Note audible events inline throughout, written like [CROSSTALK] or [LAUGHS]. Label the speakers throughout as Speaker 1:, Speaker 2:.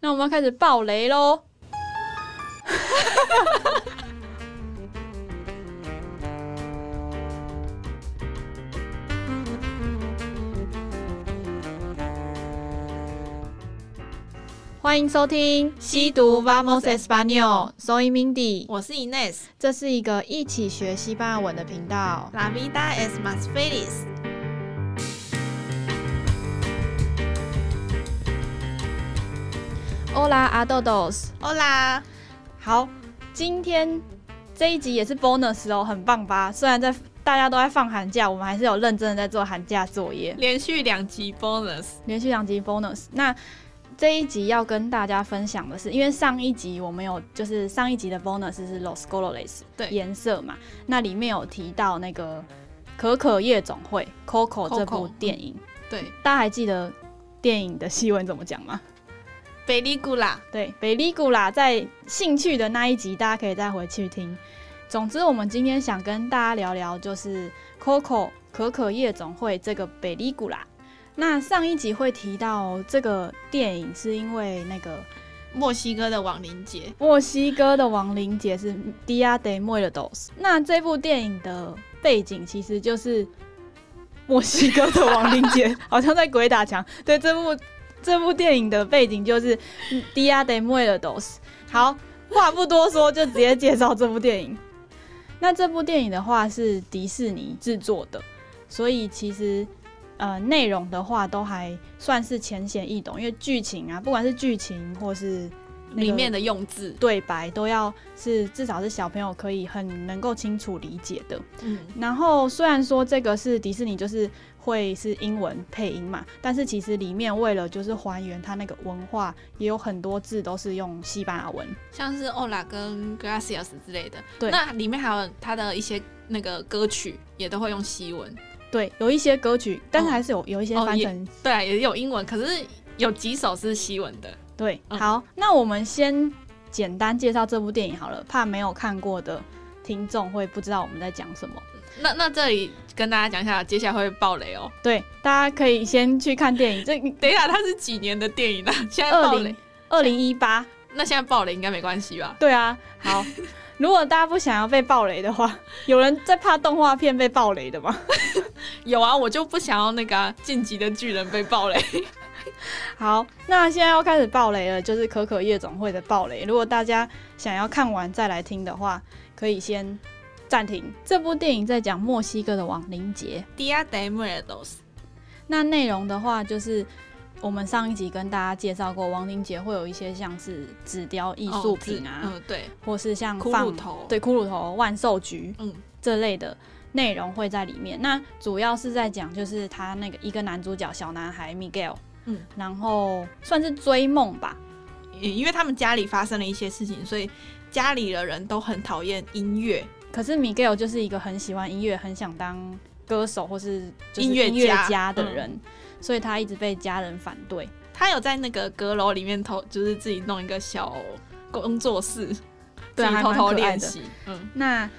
Speaker 1: 那我们要开始爆雷喽！ [LAUGHS] 欢迎收听《
Speaker 2: 西毒 Vamos
Speaker 1: Español》，Soy Mindy，
Speaker 2: 我是 Ines。
Speaker 1: 这是一个一起学西班牙文的频道。
Speaker 2: La vida es más feliz。
Speaker 1: Hola, a todos！
Speaker 2: Hola，
Speaker 1: 好，今天这一集也是 bonus 哦，很棒吧？虽然在大家都在放寒假，我们还是有认真的在做寒假作业，
Speaker 2: 连续两集 bonus。
Speaker 1: 连续两集 bonus。那这一集要跟大家分享的是，因为上一集我们有就是上一集的 bonus 是 los colores，
Speaker 2: 对
Speaker 1: 颜色嘛，那里面有提到那个可可夜总会 Coco 这部
Speaker 2: Coco，嗯
Speaker 1: 电影，
Speaker 2: 对
Speaker 1: 大家还记得电影的西文怎么讲吗？
Speaker 2: ，Película。
Speaker 1: 对，北利古拉在兴趣的那一集，大家可以再回去听。总之，我们今天想跟大家聊聊，就是 Coco 可可夜总会这个北利古拉。那上一集会提到这个电影，是因为那个
Speaker 2: 墨西哥的亡灵节，
Speaker 1: 墨西哥的亡灵节是 Dia de Muertos。那这部电影的背景其实就是墨西哥的亡灵节， [LAUGHS] 好像在鬼打墙。对，这部这部电影的背景就是 Dia de Muertos。好，话不多说，就直接介绍这部电影。那这部电影的话是迪士尼制作的，所以其实呃内容的话都还算是浅显易懂，因为剧情啊，不管是剧情或是、那个
Speaker 2: 里面的用字，
Speaker 1: 对白都要是至少是小朋友可以很能够清楚理解的。
Speaker 2: 嗯，
Speaker 1: 然后虽然说这个是迪士尼，就是会是英文配音嘛，但是其实里面为了就是还原它那个文化，也有很多字都是用西班牙文。
Speaker 2: 像是 Hola 跟 Gracias 之类的。
Speaker 1: 对
Speaker 2: 那里面还有它的一些那个歌曲也都会用西文，
Speaker 1: 对，有一些歌曲，但是还是有、有一些
Speaker 2: 哦
Speaker 1: 翻
Speaker 2: 也
Speaker 1: 成、
Speaker 2: 对啊，也有英文，可是有几首是西文的。
Speaker 1: 对。
Speaker 2: 嗯
Speaker 1: 好，那我们先简单介绍这部电影好了，怕没有看过的听众会不知道我们在讲什么。
Speaker 2: 那那这里跟大家讲一下，接下来会爆雷哦。 [LAUGHS]
Speaker 1: 对，大家可以先去看电影。这
Speaker 2: 等一下，它是几年的电影啊？现在
Speaker 1: 二
Speaker 2: 爆雷
Speaker 1: 零，二零一八。
Speaker 2: 那现在爆雷应该没关系吧？
Speaker 1: 对啊，
Speaker 2: [LAUGHS]
Speaker 1: 好，如果大家不想要被暴雷的话，有人在怕动画片被暴雷的吗？
Speaker 2: 有啊，我就不想要那个啊晋、级的巨人被爆雷。
Speaker 1: 好，那现在要开始暴雷了，就是可可夜总会的暴雷。如果大家想要看完再来听的话，可以先暂停。这部电影在讲墨西哥的亡灵节，
Speaker 2: Dia de Muertos，
Speaker 1: 那内容的话就是。我们上一集跟大家介绍过，亡灵节会有一些像是纸雕艺术品啊，
Speaker 2: 嗯，对，
Speaker 1: 或是像
Speaker 2: 骷
Speaker 1: 放
Speaker 2: 髅头，，
Speaker 1: 对骷髅头、万寿菊，
Speaker 2: 嗯，
Speaker 1: 这类的内容会在里面。那主要是在讲，就是他那个一个男主角小男孩 Miguel，
Speaker 2: 嗯，
Speaker 1: 然后算是追梦吧，
Speaker 2: 因为他们家里发生了一些事情，所以家里的人都很讨厌音乐，
Speaker 1: 可是 Miguel 就是一个很喜欢音乐、很想当歌手或是就是
Speaker 2: 音乐家嗯
Speaker 1: 音乐家的人，所以他一直被家人反对。
Speaker 2: 他有在那个阁楼里面偷，就是自己弄一个小工作室，
Speaker 1: 对啊
Speaker 2: 自己
Speaker 1: 还蛮
Speaker 2: 偷偷
Speaker 1: 可爱的
Speaker 2: 练习，嗯，
Speaker 1: 那，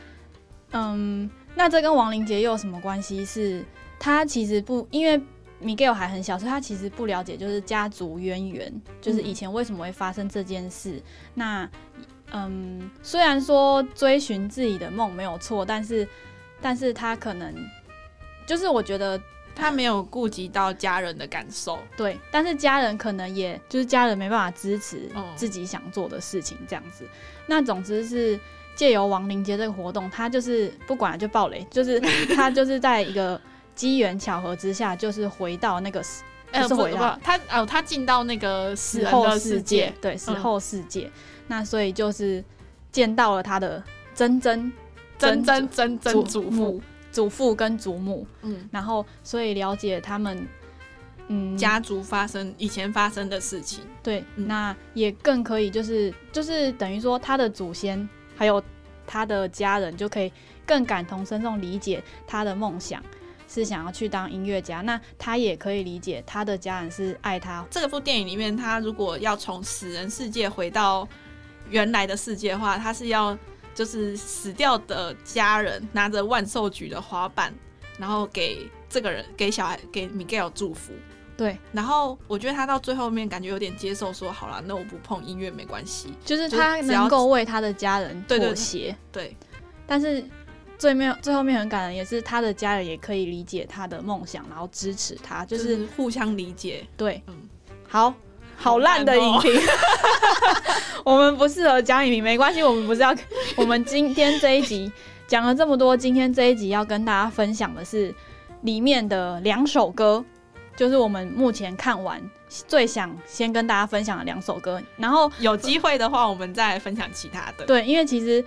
Speaker 1: 嗯，那这跟亡灵节又有什么关系？是他其实不因为。Miguel 还很小，所以他其实不了解，就是家族渊源，就是以前为什么会发生这件事。那，嗯，虽然说追寻自己的梦没有错，但是，但是他可能，就是我觉得
Speaker 2: 他没有顾及到家人的感受，
Speaker 1: 对，但是家人可能也就是家人没办法支持
Speaker 2: 哦
Speaker 1: 自己想做的事情这样子。那总之是借由亡灵节这个活动，他就是不管了就暴雷，就是 [LAUGHS] 他就是在一个机缘巧合之下，就是回到那个死
Speaker 2: 呃，
Speaker 1: 不是
Speaker 2: 不
Speaker 1: 回
Speaker 2: 不
Speaker 1: 到，
Speaker 2: 他哦，他进到那个死
Speaker 1: 死
Speaker 2: 人
Speaker 1: 后
Speaker 2: 的
Speaker 1: 世
Speaker 2: 世界嗯
Speaker 1: 界，，对，死后世界。那所以就是见到了他的曾曾
Speaker 2: 真
Speaker 1: 曾
Speaker 2: 真真
Speaker 1: 祖
Speaker 2: 真祖
Speaker 1: 母
Speaker 2: 父，
Speaker 1: 祖父跟祖母，
Speaker 2: 嗯，
Speaker 1: 然后所以了解他们。嗯，
Speaker 2: 家族发生以前发生的事情，
Speaker 1: 对，
Speaker 2: 嗯
Speaker 1: 那也更可以就是就是等于说他的祖先还有他的家人就可以更感同身受理解他的梦想是想要去当音乐家，那他也可以理解他的家人是爱他。
Speaker 2: 这部电影里面，他如果要从死人世界回到原来的世界的话，他是要就是死掉的家人拿着万寿菊的花瓣，然后给这个人给小孩给 Miguel 祝福。
Speaker 1: 对，
Speaker 2: 然后我觉得他到最后面感觉有点接受说，好啦，那我不碰音乐没关系。
Speaker 1: 就是
Speaker 2: 就是
Speaker 1: 他
Speaker 2: 只要
Speaker 1: 能够为他的家人
Speaker 2: 对对
Speaker 1: 妥协，
Speaker 2: 对
Speaker 1: 但是最面最后面很感人，也是他的家人也可以理解他的梦想，然后支持他，就、
Speaker 2: 就是是互相理解。
Speaker 1: 对，
Speaker 2: 嗯
Speaker 1: 好好烂哦的影评， [LAUGHS] 我们不适合讲影评，没关系，我们不是要， [LAUGHS] 我们今天这一集讲了这么多，今天这一集要跟大家分享的是里面的两首歌，就是我们目前看完最想先跟大家分享的两首歌，然后
Speaker 2: 有机会的话，我们再分享其他的。
Speaker 1: 对，因为其实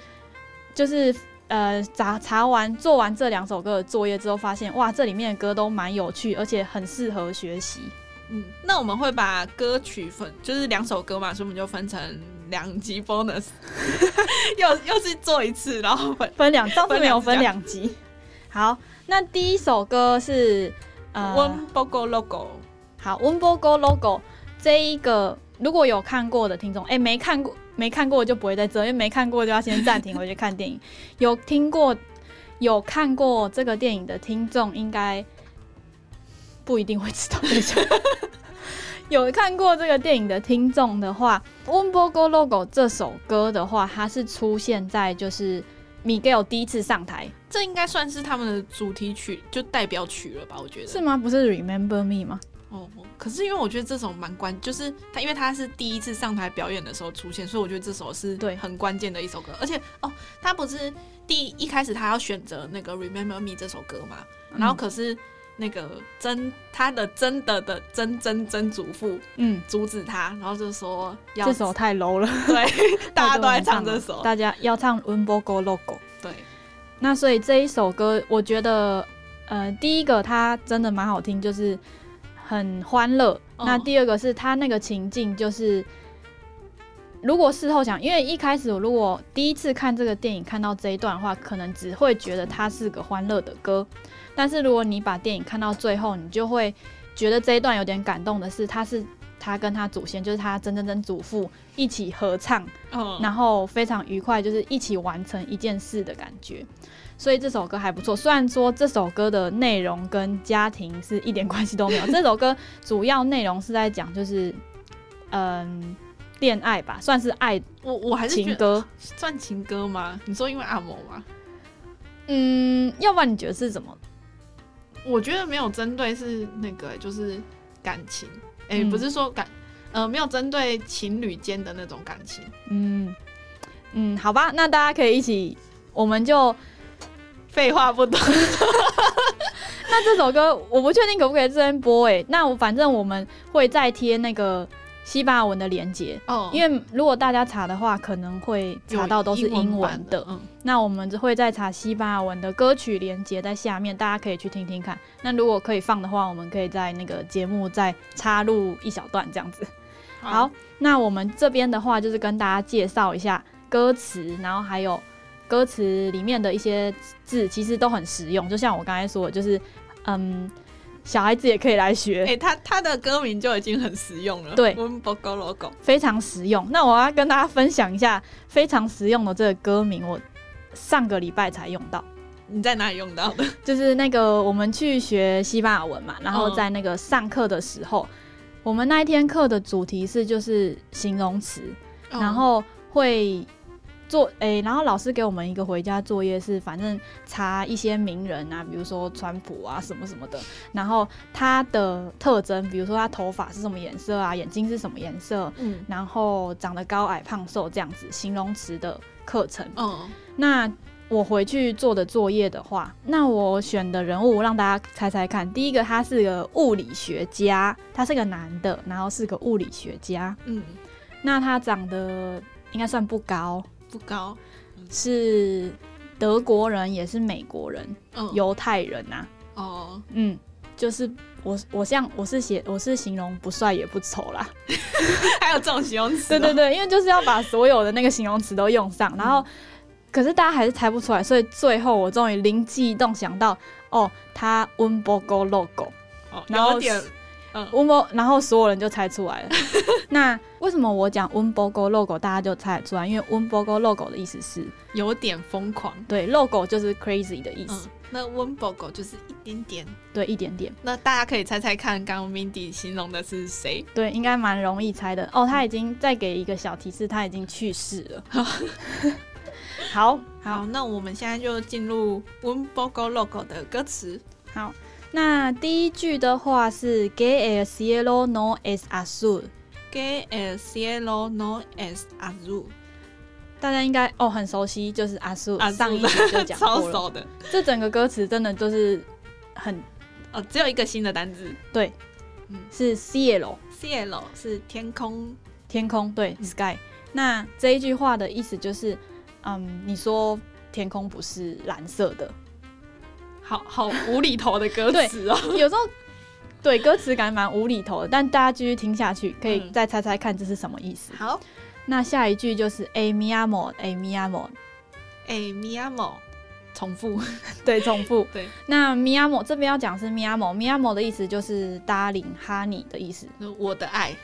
Speaker 1: 就是呃查查完做完这两首歌的作业之后，发现哇，这里面的歌都蛮有趣，而且很适合学习。
Speaker 2: 嗯，那我们会把歌曲分，就是两首歌嘛，所以我们就分成两
Speaker 1: [LAUGHS]
Speaker 2: 集 bonus，又又是做一次，然后分。
Speaker 1: 分两，上次
Speaker 2: 分
Speaker 1: 没有
Speaker 2: 两
Speaker 1: 分两集。好，那第一首歌是呃，
Speaker 2: 温 bogo logo，
Speaker 1: 好温波 Go Logo 这一个，如果有看过的听众，哎、没看过没看过就不会在这，因为没看过就要先暂停回去看电影。 [LAUGHS] 有听过有看过这个电影的听众，应该不一定会知道。等一下 [LAUGHS] 有看过这个电影的听众的话，《温波 Go Logo》这首歌的话，它是出现在就是米 i g 第一次上台
Speaker 2: 这应该算是他们的主题曲，就代表曲了吧？我觉得
Speaker 1: 是吗？不是《Remember Me》吗？
Speaker 2: 哦，可是因为我觉得这首蛮关，就是他，因为他是第一次上台表演的时候出现，所以我觉得这首是
Speaker 1: 对
Speaker 2: 很关键的一首歌。而且哦，他不是第一开始他要选择那个《Remember Me》这首歌嘛，
Speaker 1: 嗯
Speaker 2: 然后可是那个曾他的真的的曾曾曾祖父
Speaker 1: 嗯，
Speaker 2: 阻止他，然后就说要哦
Speaker 1: 这首太 low 了。
Speaker 2: 对， [LAUGHS] 大家都在
Speaker 1: 在
Speaker 2: 唱这首，
Speaker 1: 大家要唱《哦温波 Go Logo》。
Speaker 2: 对，
Speaker 1: 那所以这一首歌，我觉得，呃，第一个它真的蛮好听，就是很欢乐。
Speaker 2: 哦
Speaker 1: 那第二个是它那个情境，就是如果事后想，因为一开始我如果第一次看这个电影看到这一段的话，可能只会觉得它是个欢乐的歌。但是如果你把电影看到最后，你就会觉得这一段有点感动的是，它是他跟他祖先，就是他曾曾曾祖父一起合唱
Speaker 2: 嗯，
Speaker 1: 然后非常愉快，就是一起完成一件事的感觉。所以这首歌还不错，虽然说这首歌的内容跟家庭是一点关系都没有。这首歌主要内容是在讲就是，嗯，恋爱吧，算是爱
Speaker 2: 我我还是觉
Speaker 1: 情
Speaker 2: 得
Speaker 1: 歌。
Speaker 2: 算情歌吗？你说因为阿嬷吗？
Speaker 1: 嗯，要不然你觉得是怎么？
Speaker 2: 我觉得没有针对是那个、就是感情，哎、
Speaker 1: 嗯
Speaker 2: 不是说感，呃，没有针对情侣间的那种感情。
Speaker 1: 嗯嗯，好吧，那大家可以一起，我们就
Speaker 2: 废
Speaker 1: [LAUGHS]
Speaker 2: 话不多，
Speaker 1: 那这首歌我不确定可不可以这边播诶、那我反正我们会再贴那个西班牙文的连接，
Speaker 2: 哦
Speaker 1: 因为如果大家查的话，可能会查到都是英文的。
Speaker 2: 嗯，
Speaker 1: 那我们只会再查西班牙文的歌曲连接在下面，大家可以去听听看。那如果可以放的话，我们可以在那个节目再插入一小段这样子。好，，那我们这边的话就是跟大家介绍一下歌词，然后还有歌词里面的一些字，其实都很实用。就像我刚才说的，就是嗯，小孩子也可以来学
Speaker 2: 哎、。他他的歌名就已经很实用了，
Speaker 1: 对
Speaker 2: 温博狗 logo，
Speaker 1: 非常实用。那我要跟大家分享一下非常实用的这个歌名，我上个礼拜才用到，
Speaker 2: 你在哪里用到的？
Speaker 1: 就是那个我们去学西班牙文嘛，然后在那个上课的时候，我们那一天课的主题是就是形容词， [LAUGHS]
Speaker 2: 嗯
Speaker 1: 然后会。做诶、然后老师给我们一个回家作业是，反正查一些名人啊，比如说川普啊什么什么的，然后他的特征，比如说他头发是什么颜色啊，眼睛是什么颜色，
Speaker 2: 嗯
Speaker 1: 然后长得高矮胖瘦这样子形容词的课程。
Speaker 2: 嗯，
Speaker 1: 那我回去做的作业的话，那我选的人物让大家猜猜看。第一个他是个物理学家，他是个男的，然后是个物理学家。
Speaker 2: 嗯，
Speaker 1: 那他长得应该算不高，
Speaker 2: 不高，
Speaker 1: 是德国人也是美国人，
Speaker 2: 嗯
Speaker 1: 犹太人呐、
Speaker 2: 哦， [LAUGHS]
Speaker 1: 嗯，就是我我像我是写我是形容不帅也不丑啦，
Speaker 2: 还有这种形容词、
Speaker 1: 对
Speaker 2: 哦，
Speaker 1: 对对，因为就是要把所有的那个形容词都用上，然后、可是大家还是猜不出来，所以最后我终于灵机一动想到，哦，他温波 go logo
Speaker 2: 哦，
Speaker 1: 然后
Speaker 2: 有点，嗯，
Speaker 1: 温波，然后所有人就猜出来了。那为什么我讲温波 go logo 大家就猜得出来？因为温波 go logo 的意思是
Speaker 2: 有点疯狂，
Speaker 1: 对 logo 就是 crazy 的意思。
Speaker 2: 嗯那温 b o 就是一点点。
Speaker 1: 对，一点点，
Speaker 2: 那大家可以猜猜看，刚刚 Mindy 形容的是谁？
Speaker 1: 对，应该蛮容易猜的。哦，他已经再给一个小提示，他已经去世了。 [LAUGHS] 好
Speaker 2: 好，那我们现在就进入温 b o g o logo 的歌词。
Speaker 1: 好，那第一句的话是 “Gay el cielo no es azul”，
Speaker 2: Que el cielo no es azul，
Speaker 1: 大家应该哦很熟悉，就是 azul，,
Speaker 2: Azul
Speaker 1: 上一集就讲
Speaker 2: 超
Speaker 1: 过了。
Speaker 2: 熟的。
Speaker 1: 这整个歌词真的就是很
Speaker 2: 哦，只有一个新的单字
Speaker 1: 对，
Speaker 2: 嗯
Speaker 1: 是 cielo
Speaker 2: ，cielo 是天空。
Speaker 1: 天空，对
Speaker 2: 嗯
Speaker 1: sky。那这一句话的意思就是，嗯，你说天空不是蓝色
Speaker 2: [LAUGHS]
Speaker 1: 的，
Speaker 2: 好好无厘头的歌词哦，
Speaker 1: 有时候对歌词感蛮无厘头的，但大家继续听下去，可以
Speaker 2: 嗯
Speaker 1: 再猜猜看这是什么意思。
Speaker 2: 好，
Speaker 1: 那下一句就是哎 a mi amor a mi amor，
Speaker 2: 哎、m i amo，重复， [LAUGHS]
Speaker 1: 对，重复。
Speaker 2: 对，
Speaker 1: 那 mi amor 这边要讲是 mi amor，mi amor 的意思就是搭领哈你的意思，
Speaker 2: 我的爱，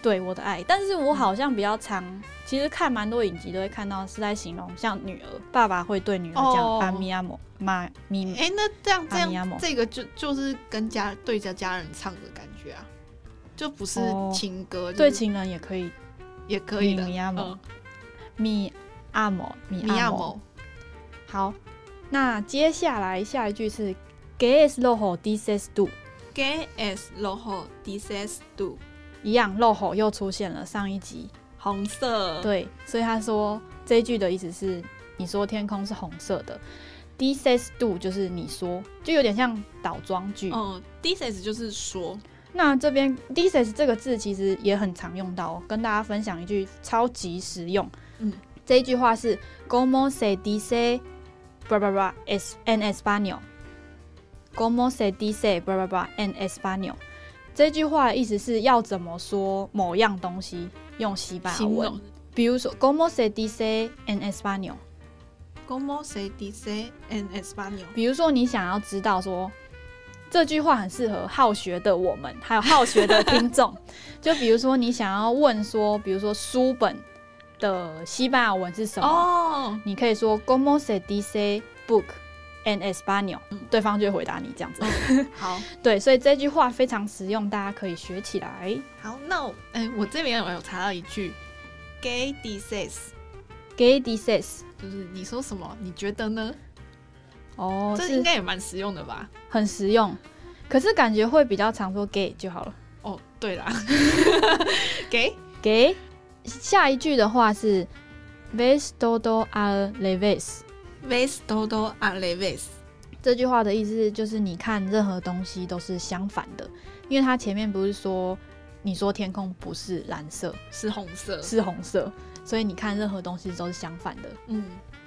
Speaker 1: 对我的爱。但是
Speaker 2: 嗯
Speaker 1: 我好像比较常，其实看蛮多影集都会看到是在形容像女儿，爸爸会对女儿讲
Speaker 2: 哦
Speaker 1: 啊 mi amor，妈咪
Speaker 2: 哎、那这样这
Speaker 1: 啊，mi
Speaker 2: 样，
Speaker 1: amo
Speaker 2: 这个就就是跟家对着家人唱的感觉啊，就不是
Speaker 1: 哦
Speaker 2: 情歌，
Speaker 1: 对
Speaker 2: 就是
Speaker 1: 情人也可以
Speaker 2: 也可以的，嗯
Speaker 1: mi amo mi amor mi
Speaker 2: 米亚
Speaker 1: amor。
Speaker 2: 某，
Speaker 1: 好，那接下来下一句是 “que es lojo dices tú”，
Speaker 2: Que es rojo, dices tú。
Speaker 1: 一样 lojo 又出现了上一集，
Speaker 2: 红色，，
Speaker 1: 对，所以他说这一句的意思是你说天空是红色的，dices tú 就是你说，就有点像倒装句。
Speaker 2: 嗯，dices 就是说，
Speaker 1: 那这边 dices 这个字其实也很常用到、哦，跟大家分享一句超级实用。
Speaker 2: 嗯，
Speaker 1: 这一句话是 “como se dice bla bla bla es en español”，“como se dice bla bla bla en español”。这句话的意思是要怎么说某样东西用西班牙
Speaker 2: 形
Speaker 1: 文
Speaker 2: 容，。
Speaker 1: 比如说 “como se dice en español”。
Speaker 2: Como se dice en español？
Speaker 1: 比如说，你想要知道说这句话很适合好学的我们，还有好学的听
Speaker 2: [LAUGHS]
Speaker 1: 众。就比如说，你想要问说，比如说书本的西班牙文是什么？
Speaker 2: 哦，
Speaker 1: 你可以说 “Como se dice book en español”，、对
Speaker 2: 嗯
Speaker 1: 方就会回答你这样子。
Speaker 2: 好
Speaker 1: 对，所以这句话非常实用，大家可以学起来。
Speaker 2: 好，那我哎、我这边有有查到一句，gay dices，
Speaker 1: Gay dices，
Speaker 2: 就是你说什么？你觉得呢？
Speaker 1: 哦，
Speaker 2: 这应
Speaker 1: 是
Speaker 2: 该也蛮实用的吧？
Speaker 1: 很实用，可是感觉会比较常说 gay 就好了。
Speaker 2: 哦，对啦 [LAUGHS] ，gay
Speaker 1: 给下一句的话是 ves todo al revés。
Speaker 2: ves todo al revés。
Speaker 1: 这句话的意思就是你看任何东西都是相反的，因为它前面不是说你说天空不是蓝色
Speaker 2: 是红色，
Speaker 1: 是红色，所以你看任何东西都是相反的，
Speaker 2: 嗯，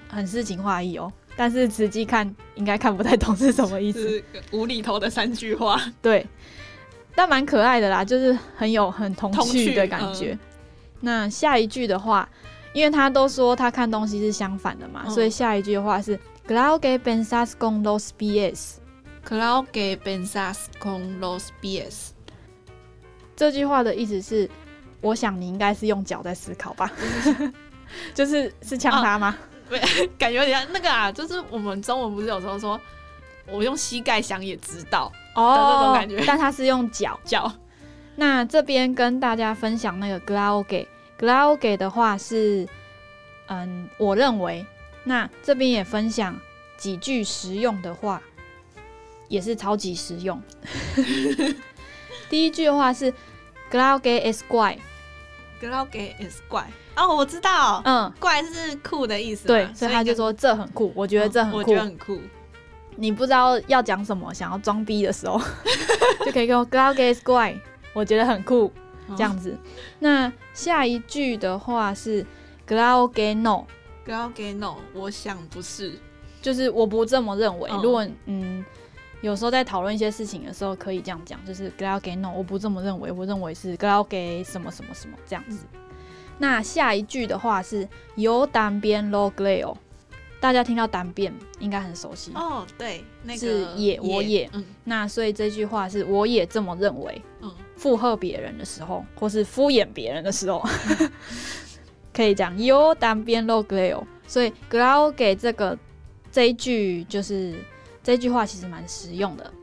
Speaker 1: 很诗情画意哦。但是实际看应该看不太懂是什么意思，
Speaker 2: 是个无厘头的三句话。
Speaker 1: 对，但蛮可爱的啦，就是很有很童
Speaker 2: 童
Speaker 1: 趣嗯
Speaker 2: 趣
Speaker 1: 的感觉。那下一句的话，因为他都说他看东西是相反的嘛，
Speaker 2: 嗯
Speaker 1: 所以下一句的话是 g l a u que pensas con los pies。
Speaker 2: Claro que pensás con los pies。
Speaker 1: 这句话的意思是，我想你应该是用脚在思考吧， [LAUGHS] 就是是呛他吗？
Speaker 2: 感觉有点像那个啊，就是我们中文不是有时候说，我用膝盖想也知道
Speaker 1: 哦
Speaker 2: 的那种感觉
Speaker 1: 但他是用脚。
Speaker 2: 叫
Speaker 1: 那这边跟大家分享那个 g l a u que g l a u que 的话是，嗯，我认为。那这边也分享几句实用的话，也是超级实
Speaker 2: [LAUGHS]
Speaker 1: 用。第一句的话是 g l a u que es guay，
Speaker 2: Claro que es 怪哦，我知道，
Speaker 1: 嗯，
Speaker 2: 怪是酷的意思嘛，
Speaker 1: 对，所以他
Speaker 2: 以
Speaker 1: 就说这很酷，我觉得这很
Speaker 2: 嗯我
Speaker 1: 酷
Speaker 2: 觉。得很酷。
Speaker 1: 你不知道要讲什么，想要装逼的时
Speaker 2: [LAUGHS]
Speaker 1: 候，就可以跟我 g l a u que es guay，我觉得很酷。
Speaker 2: 哦
Speaker 1: 这样子。那下一句的话是 g l a u que no，
Speaker 2: Claro que no，我想不是，
Speaker 1: 就是我不这么认为。
Speaker 2: 嗯
Speaker 1: 如果嗯，有时候在讨论一些事情的时候，可以这样讲，就是 g l a u que no，我不这么认为，我认为是 g l a u que 什么什么什么这样子。那下一句的话是 yo también lo creo，大家听到 también 应该很熟悉。
Speaker 2: 哦，对，那个
Speaker 1: 是也我也
Speaker 2: 嗯
Speaker 1: 那所以这句话是我也这么认为，
Speaker 2: 嗯，
Speaker 1: 附和别人的时候，或是敷衍别人的时候， [LAUGHS] 可以讲 yo también lo creo。所以 creo 给这个这一句就是这句话其实蛮实用的。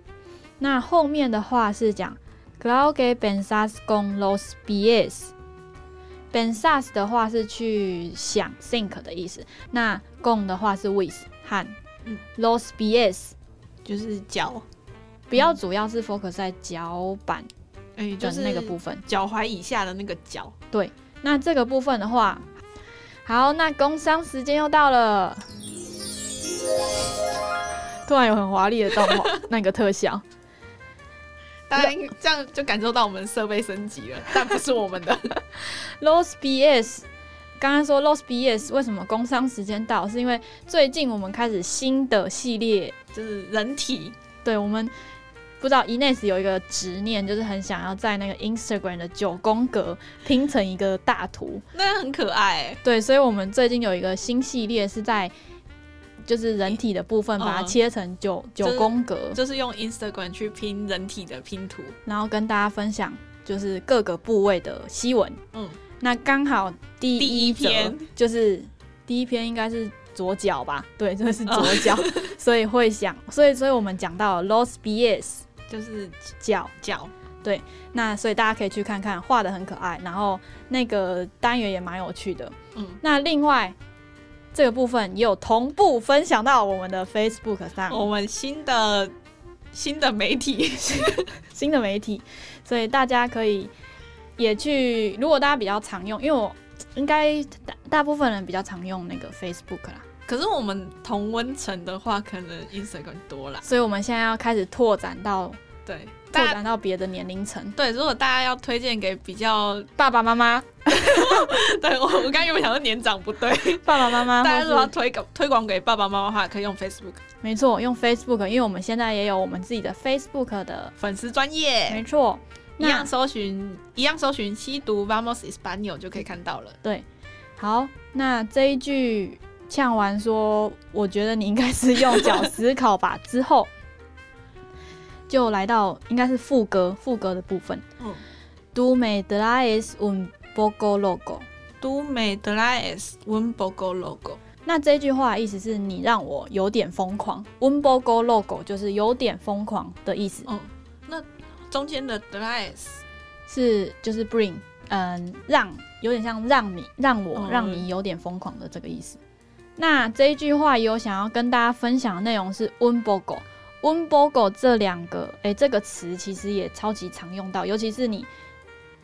Speaker 1: 那后面的话是讲 “Claude pensas con los pies”。pensas 的话是去想 think 的意思，那 con 的话是 with 和
Speaker 2: 嗯
Speaker 1: los pies
Speaker 2: 就是脚，
Speaker 1: 比较主要是 focus 在脚板
Speaker 2: 哎、就
Speaker 1: 的
Speaker 2: 是
Speaker 1: 那个部分。
Speaker 2: 脚踝以下的那个脚。
Speaker 1: 那这个部分的话，好，那工商时间又到了。突然有很华丽的动画那个特效，
Speaker 2: 大家应这样就感受到我们设备升
Speaker 1: [LAUGHS]
Speaker 2: 级了，但不是我们的。
Speaker 1: Los BS，刚刚说 Los BS 为什么工商时间到？是因为最近我们开始新的系列，
Speaker 2: 就是人体
Speaker 1: 对我们不知道 Ines 有一个执念，就是很想要在那个 Instagram 的九宫格拼成一个大图。
Speaker 2: 那很可爱、
Speaker 1: 对，所以我们最近有一个新系列是在就是人体的部分，把它
Speaker 2: 嗯
Speaker 1: 切成九、
Speaker 2: 就
Speaker 1: 九
Speaker 2: 是
Speaker 1: 宫格，
Speaker 2: 就是用 Instagram 去拼人体的拼图。
Speaker 1: 然后跟大家分享就是各个部位的西文。
Speaker 2: 嗯，
Speaker 1: 那刚好第
Speaker 2: 第
Speaker 1: 一
Speaker 2: 一
Speaker 1: 则
Speaker 2: 篇
Speaker 1: 就是第一篇应该是左脚吧？对，这
Speaker 2: 嗯
Speaker 1: 是左
Speaker 2: [LAUGHS]
Speaker 1: 脚，所以会想，所以所以我们讲到 los bies
Speaker 2: 就是
Speaker 1: 脚，
Speaker 2: 脚，
Speaker 1: 那所以大家可以去看看，画的很可爱，然后那个单元也蛮有趣的。
Speaker 2: 嗯，
Speaker 1: 那另外这个部分也有同步分享到我们的 Facebook 上，
Speaker 2: 我们新的新的媒体， [LAUGHS]
Speaker 1: 新的媒体，所以大家可以也去，如果大家比较常用，因为我应该大大部分人比较常用那个 Facebook 啦，
Speaker 2: 可是我们同温层的话，可能 Instagram 多啦。
Speaker 1: 所以我们现在要开始拓展到
Speaker 2: 对，
Speaker 1: 拓
Speaker 2: 大家
Speaker 1: 展到别的年龄层，
Speaker 2: 对，如果大家要推荐给比较， [LAUGHS]
Speaker 1: 爸爸妈妈、
Speaker 2: 对我我刚原本想说年长不对，
Speaker 1: [LAUGHS] 爸爸妈妈，
Speaker 2: [LAUGHS] 大家
Speaker 1: 或
Speaker 2: 如
Speaker 1: 是
Speaker 2: 果要推广推广给爸爸妈妈的话，可以用 Facebook
Speaker 1: 没错，用 Facebook，因为我们现在也有我们自己的 Facebook 的，
Speaker 2: 粉丝专业，
Speaker 1: 没错，
Speaker 2: 一
Speaker 1: 那
Speaker 2: 样搜寻一样搜寻吸毒 Vamos Espanol 就可以看到了。
Speaker 1: 好，那这一句呛完说，我觉得你应该是用脚思考吧。之后就来到应该是副歌，副歌的部 [LAUGHS] 分。
Speaker 2: 嗯
Speaker 1: Do me traes un poco loco。
Speaker 2: ，Du me traes un poco loco。
Speaker 1: 那这句话意思是你让我有点疯狂，un poco loco 就是有点疯狂的意思，
Speaker 2: 嗯，那中间的 traes
Speaker 1: 是就是 bring，嗯，让有点像让你让我、
Speaker 2: 嗯
Speaker 1: 让你有点疯狂的这个意思。那这一句话有想要跟大家分享的内容是 un poco。un poco 这两个，诶、这个词其实也超级常用到，尤其是你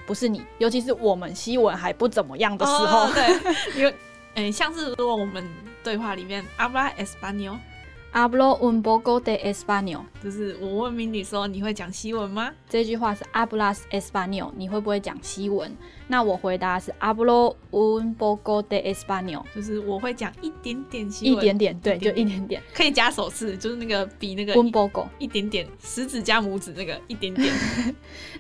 Speaker 1: 不是你，尤其是我们西文还不怎么样的时候，
Speaker 2: 哦 [LAUGHS] 对，因为诶，像是如果我们对话里面 habla español，
Speaker 1: hablo un poco de español。
Speaker 2: 就是我问明你说你会讲西文吗？
Speaker 1: 这句话是 hablas español，你会不会讲西文？那我回答是 hablo un poco de español，
Speaker 2: 就是我会讲一点点西
Speaker 1: 一
Speaker 2: 文，
Speaker 1: 点点，对，
Speaker 2: 一
Speaker 1: 就
Speaker 2: 点
Speaker 1: 一点点
Speaker 2: 可以加手势，就是那个比那个
Speaker 1: ，un poco。
Speaker 2: 一点点食指加拇指那个一点 [LAUGHS] 点。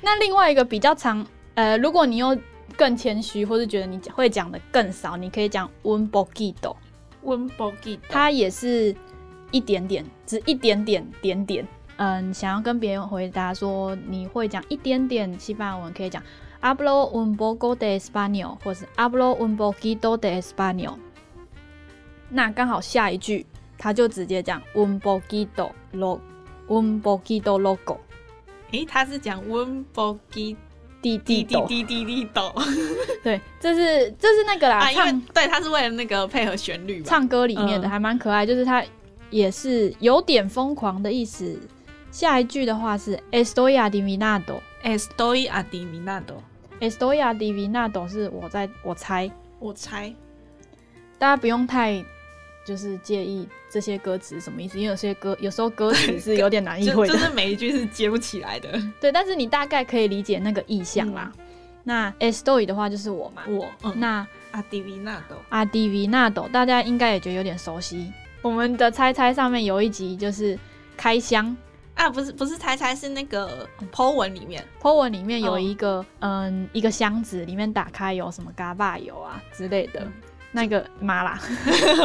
Speaker 1: 那另外一个比较常，呃，如果你又更谦虚，或是觉得你讲会讲的更少，你可以讲 un poquito，
Speaker 2: 温博吉，
Speaker 1: 它也是一点点，只一点点点点。嗯，想要跟别人回答说你会讲一点点西班牙文，可以讲 hablo un poco de español，或是 hablo un poquito de español。那刚好下一句他就直接讲 un poquito lo un poquito loco，
Speaker 2: 诶，他是讲温博吉
Speaker 1: 滴滴
Speaker 2: 滴滴
Speaker 1: 抖，
Speaker 2: 滴滴滴抖
Speaker 1: 对，这是这是那个啦，
Speaker 2: 啊，因为
Speaker 1: 唱
Speaker 2: 对，他是为了那个配合旋律吧。
Speaker 1: 唱歌里面的，
Speaker 2: 嗯
Speaker 1: 还蛮可爱，就是它也是有点疯狂的意思。下一句的话是 Estoy adivinando。
Speaker 2: Estoy adivinando，
Speaker 1: Estoy adivinando 是我在我猜，
Speaker 2: 我猜，
Speaker 1: 大家不用太就是介意这些歌词什么意思，因为有些歌有时候歌词是有点难意
Speaker 2: 就
Speaker 1: 会
Speaker 2: [LAUGHS] 就
Speaker 1: 的，
Speaker 2: 是每一句是接不起来的。
Speaker 1: 对，但是你大概可以理解那个意象啦。那 Estoy 的话就是我嘛，
Speaker 2: 我嗯，
Speaker 1: 那
Speaker 2: adivinando，
Speaker 1: adivinando 大家应该也觉得有点熟悉。我们的猜猜上面有一集就是开箱
Speaker 2: 啊，不是不是猜猜，是那个 Po 文里面，
Speaker 1: po 文里面有
Speaker 2: 哦
Speaker 1: 一个、嗯一个箱子，里面打开有什么嘎巴油啊之类的
Speaker 2: 嗯，
Speaker 1: 那个麻啦，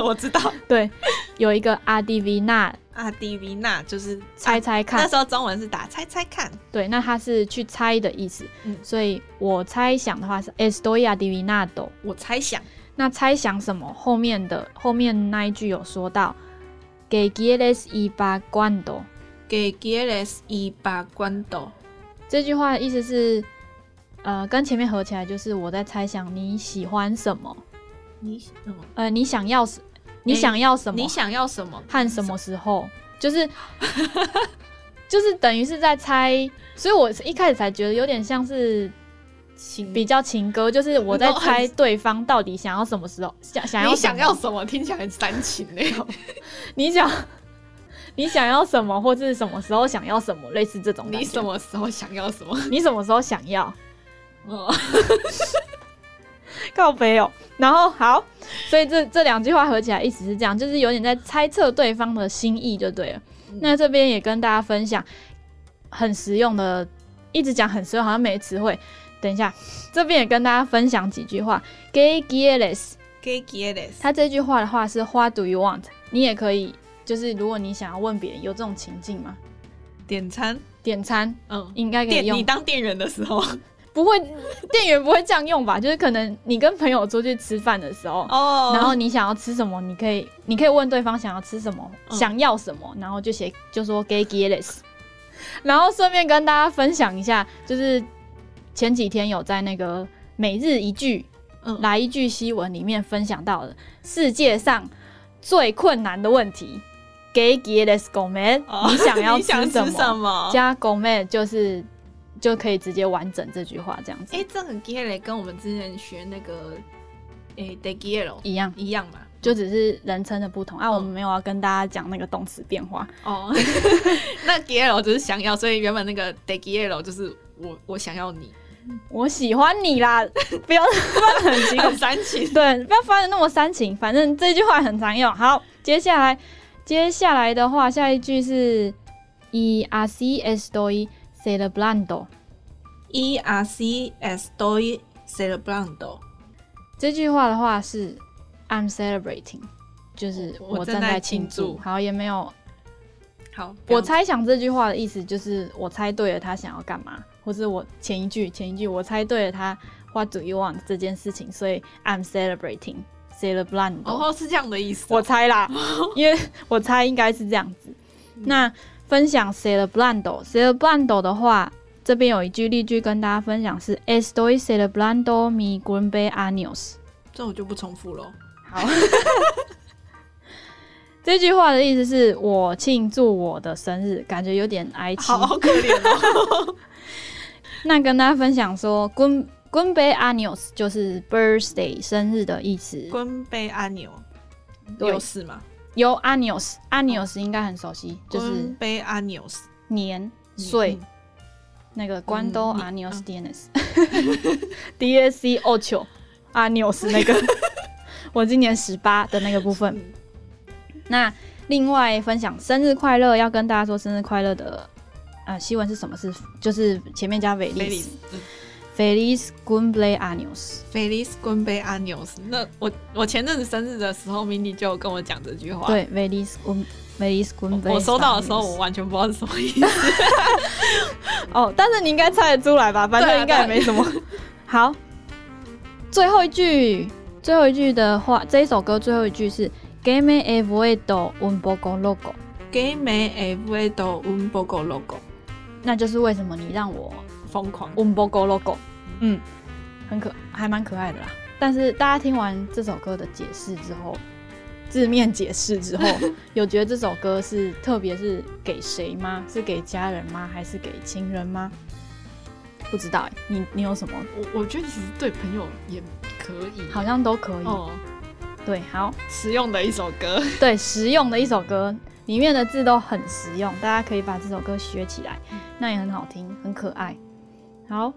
Speaker 2: 我知道
Speaker 1: [LAUGHS] 对，有一个阿迪维娜
Speaker 2: adivina 就是
Speaker 1: 猜猜
Speaker 2: 那
Speaker 1: 看，
Speaker 2: 时候中文是打猜猜看，
Speaker 1: 对，那它是去猜的意思，
Speaker 2: 嗯
Speaker 1: 所以我猜想的话是 estoy adivinando。
Speaker 2: 我猜想
Speaker 1: 那猜想什么？后面的后面那一句有说到给 Gilles 一把关斗。
Speaker 2: 给 Gilles 一把关斗。
Speaker 1: 这句话的意思是，呃，跟前面合起来就是我在猜想你喜欢什么，
Speaker 2: 你什么？
Speaker 1: 呃，你想要什，你
Speaker 2: 诶
Speaker 1: 想要什么
Speaker 2: 哎你想要什么？
Speaker 1: 和什么时候，就是就是等于是在猜，所以我是一开始才觉得有点像是
Speaker 2: 情
Speaker 1: 比较情歌，就是我在
Speaker 2: 然后很
Speaker 1: 猜对方到底想要什么时候，想想要
Speaker 2: 你
Speaker 1: 什
Speaker 2: 想
Speaker 1: 么
Speaker 2: 要什么？听起来很煽情哎、
Speaker 1: 你想你想要什么，或是什么时候想要什么，类似这种感觉。
Speaker 2: 你什么时候想要什么？
Speaker 1: 你什么时候想要？
Speaker 2: [LAUGHS] 哦，
Speaker 1: 告白哦。然后好，所以这这两句话合起来意思是这样，就是有点在猜测对方的心意就对了。
Speaker 2: 嗯
Speaker 1: 那这边也跟大家分享很实用的，一直讲很实用，好像没词汇。等一下，这边也跟大家分享几句话。Gay Gilles，
Speaker 2: 给 Gilles
Speaker 1: 他这句话的话是 What do you want？你也可以，就是如果你想要问别人有这种情境吗？
Speaker 2: 点餐，
Speaker 1: 点餐
Speaker 2: 嗯，
Speaker 1: 应该可以
Speaker 2: 店你
Speaker 1: 用，
Speaker 2: 当店员的时候，
Speaker 1: 不会店员不会这样用吧？就是可能你跟朋友出去吃饭的时候，
Speaker 2: 哦
Speaker 1: 然后你想要吃什么，你可以你可以问对方想要吃什么，
Speaker 2: 嗯
Speaker 1: 想要什么，然后就写就说 gay gilles，然后顺便跟大家分享一下，就是前几天有在那个每日一句
Speaker 2: 嗯，
Speaker 1: 来一句新闻里面分享到的世界上最困难的问题 gay gilles gourmet，、
Speaker 2: 哦
Speaker 1: 你想要
Speaker 2: [LAUGHS] 你想
Speaker 1: 什
Speaker 2: 吃什么？
Speaker 1: 加 gourmet 就是就可以直接完整这句话这样子，
Speaker 2: 哎、这很 Gilles 跟我们之前学那个哎 De Gilles
Speaker 1: 一样。
Speaker 2: 一样嘛？
Speaker 1: 就只是人称的不同啊，
Speaker 2: 嗯
Speaker 1: 我们没有要跟大家讲那个动词变化，
Speaker 2: 哦， [LAUGHS] 那 Gilles 就是想要，所以原本那个 De Gilles 就是我我想要你，
Speaker 1: 我喜欢你啦， [LAUGHS] 不要翻得很奇怪
Speaker 2: 很，煽
Speaker 1: [LAUGHS]
Speaker 2: 情。
Speaker 1: 对，不要翻的那么煽情。反正这句话很常用。好，接下来，接下来的话，下一句是 e r c s do i celebrando。
Speaker 2: [LAUGHS] E R C S Doy Celebrando，
Speaker 1: 这句话的话是 I'm celebrating，就是
Speaker 2: 我
Speaker 1: 我
Speaker 2: 正
Speaker 1: 正
Speaker 2: 在
Speaker 1: 在
Speaker 2: 庆
Speaker 1: 庆祝。
Speaker 2: 祝
Speaker 1: 好，也没有，
Speaker 2: 好，不要
Speaker 1: 我猜想这句话的意思就是我猜对了他想要干嘛，或是我前一句前一句我猜对了他 What do you want 这件事情，所以 I'm celebrating celebrando。
Speaker 2: 哦，是这样的意思哦。
Speaker 1: 我猜啦，因为我猜应该是这样子。那分享 celebrando，celebrando 的话，这边有一句例句跟大家分享是 Estoy celebrando mi g r u m b e años。
Speaker 2: 这我就不重复了。
Speaker 1: 好， [LAUGHS] 这句话的意思是我庆祝我的生日，感觉有点哀戚。
Speaker 2: 好可怜 [LAUGHS] 哦。
Speaker 1: 那跟大家分享说 g r u m g r u m b e años 就是 birthday 生日的意思。
Speaker 2: 滚杯阿牛，
Speaker 1: 对
Speaker 2: 有事吗？
Speaker 1: 由 años，años 应该很熟悉，就是
Speaker 2: 滚杯阿牛，
Speaker 1: 年
Speaker 2: 嗯
Speaker 1: 岁。
Speaker 2: 嗯
Speaker 1: 那个关东
Speaker 2: 你嗯
Speaker 1: Anios DNS [LAUGHS] DAC 二九 Anios 那个，我今年十八的那个部分。那另外分享生日快乐，要跟大家说生日快乐的呃新闻是什么？是就是前面加 Feliz Feliz Cumpleaños。
Speaker 2: Feliz 滚杯阿牛。那我我前阵子生日的时候，Mindy 就有跟我讲这句话。
Speaker 1: 对，Feliz Cum Feliz Cumpleaños。
Speaker 2: 我收到的时候，我完全不知道是什么意思。
Speaker 1: 哦，但是你应该猜得出来吧？反
Speaker 2: 对
Speaker 1: 正
Speaker 2: 啊
Speaker 1: 应该也没什
Speaker 2: [LAUGHS]
Speaker 1: 么。好，最后一句，最后一句的话，这一首歌最后一句是 “Game e v o e d o un poco loco”，
Speaker 2: [LAUGHS] Gay me e v e d o un poco loco，
Speaker 1: 那就是为什么你让我
Speaker 2: 疯狂。
Speaker 1: un poco loco，嗯，很可，还蛮可爱的啦。但是大家听完这首歌的解释之后，字面解释之
Speaker 2: [LAUGHS]
Speaker 1: 后，有觉得这首歌是特别是给谁吗？是给家人吗？还是给情人吗？不知道欸、你你有什么？
Speaker 2: 我我觉得其实对朋友也可以，
Speaker 1: 好像都可以。
Speaker 2: 哦，
Speaker 1: 对，好，
Speaker 2: 实用的一首歌。 [LAUGHS]
Speaker 1: 对，实用的一首歌，里面的字都很实用，大家可以把这首歌学起来，
Speaker 2: 嗯
Speaker 1: 那也很好听，很可爱。好，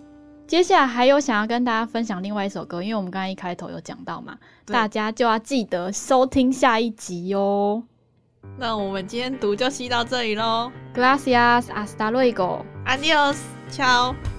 Speaker 1: 接下来还有想要跟大家分享另外一首歌，因为我们刚刚一开头有讲到嘛，
Speaker 2: 对
Speaker 1: 大家就要记得收听下一集哟。
Speaker 2: 那我们今天读就吸到这里喽
Speaker 1: Gracias hasta luego。
Speaker 2: ，Adios，ciao。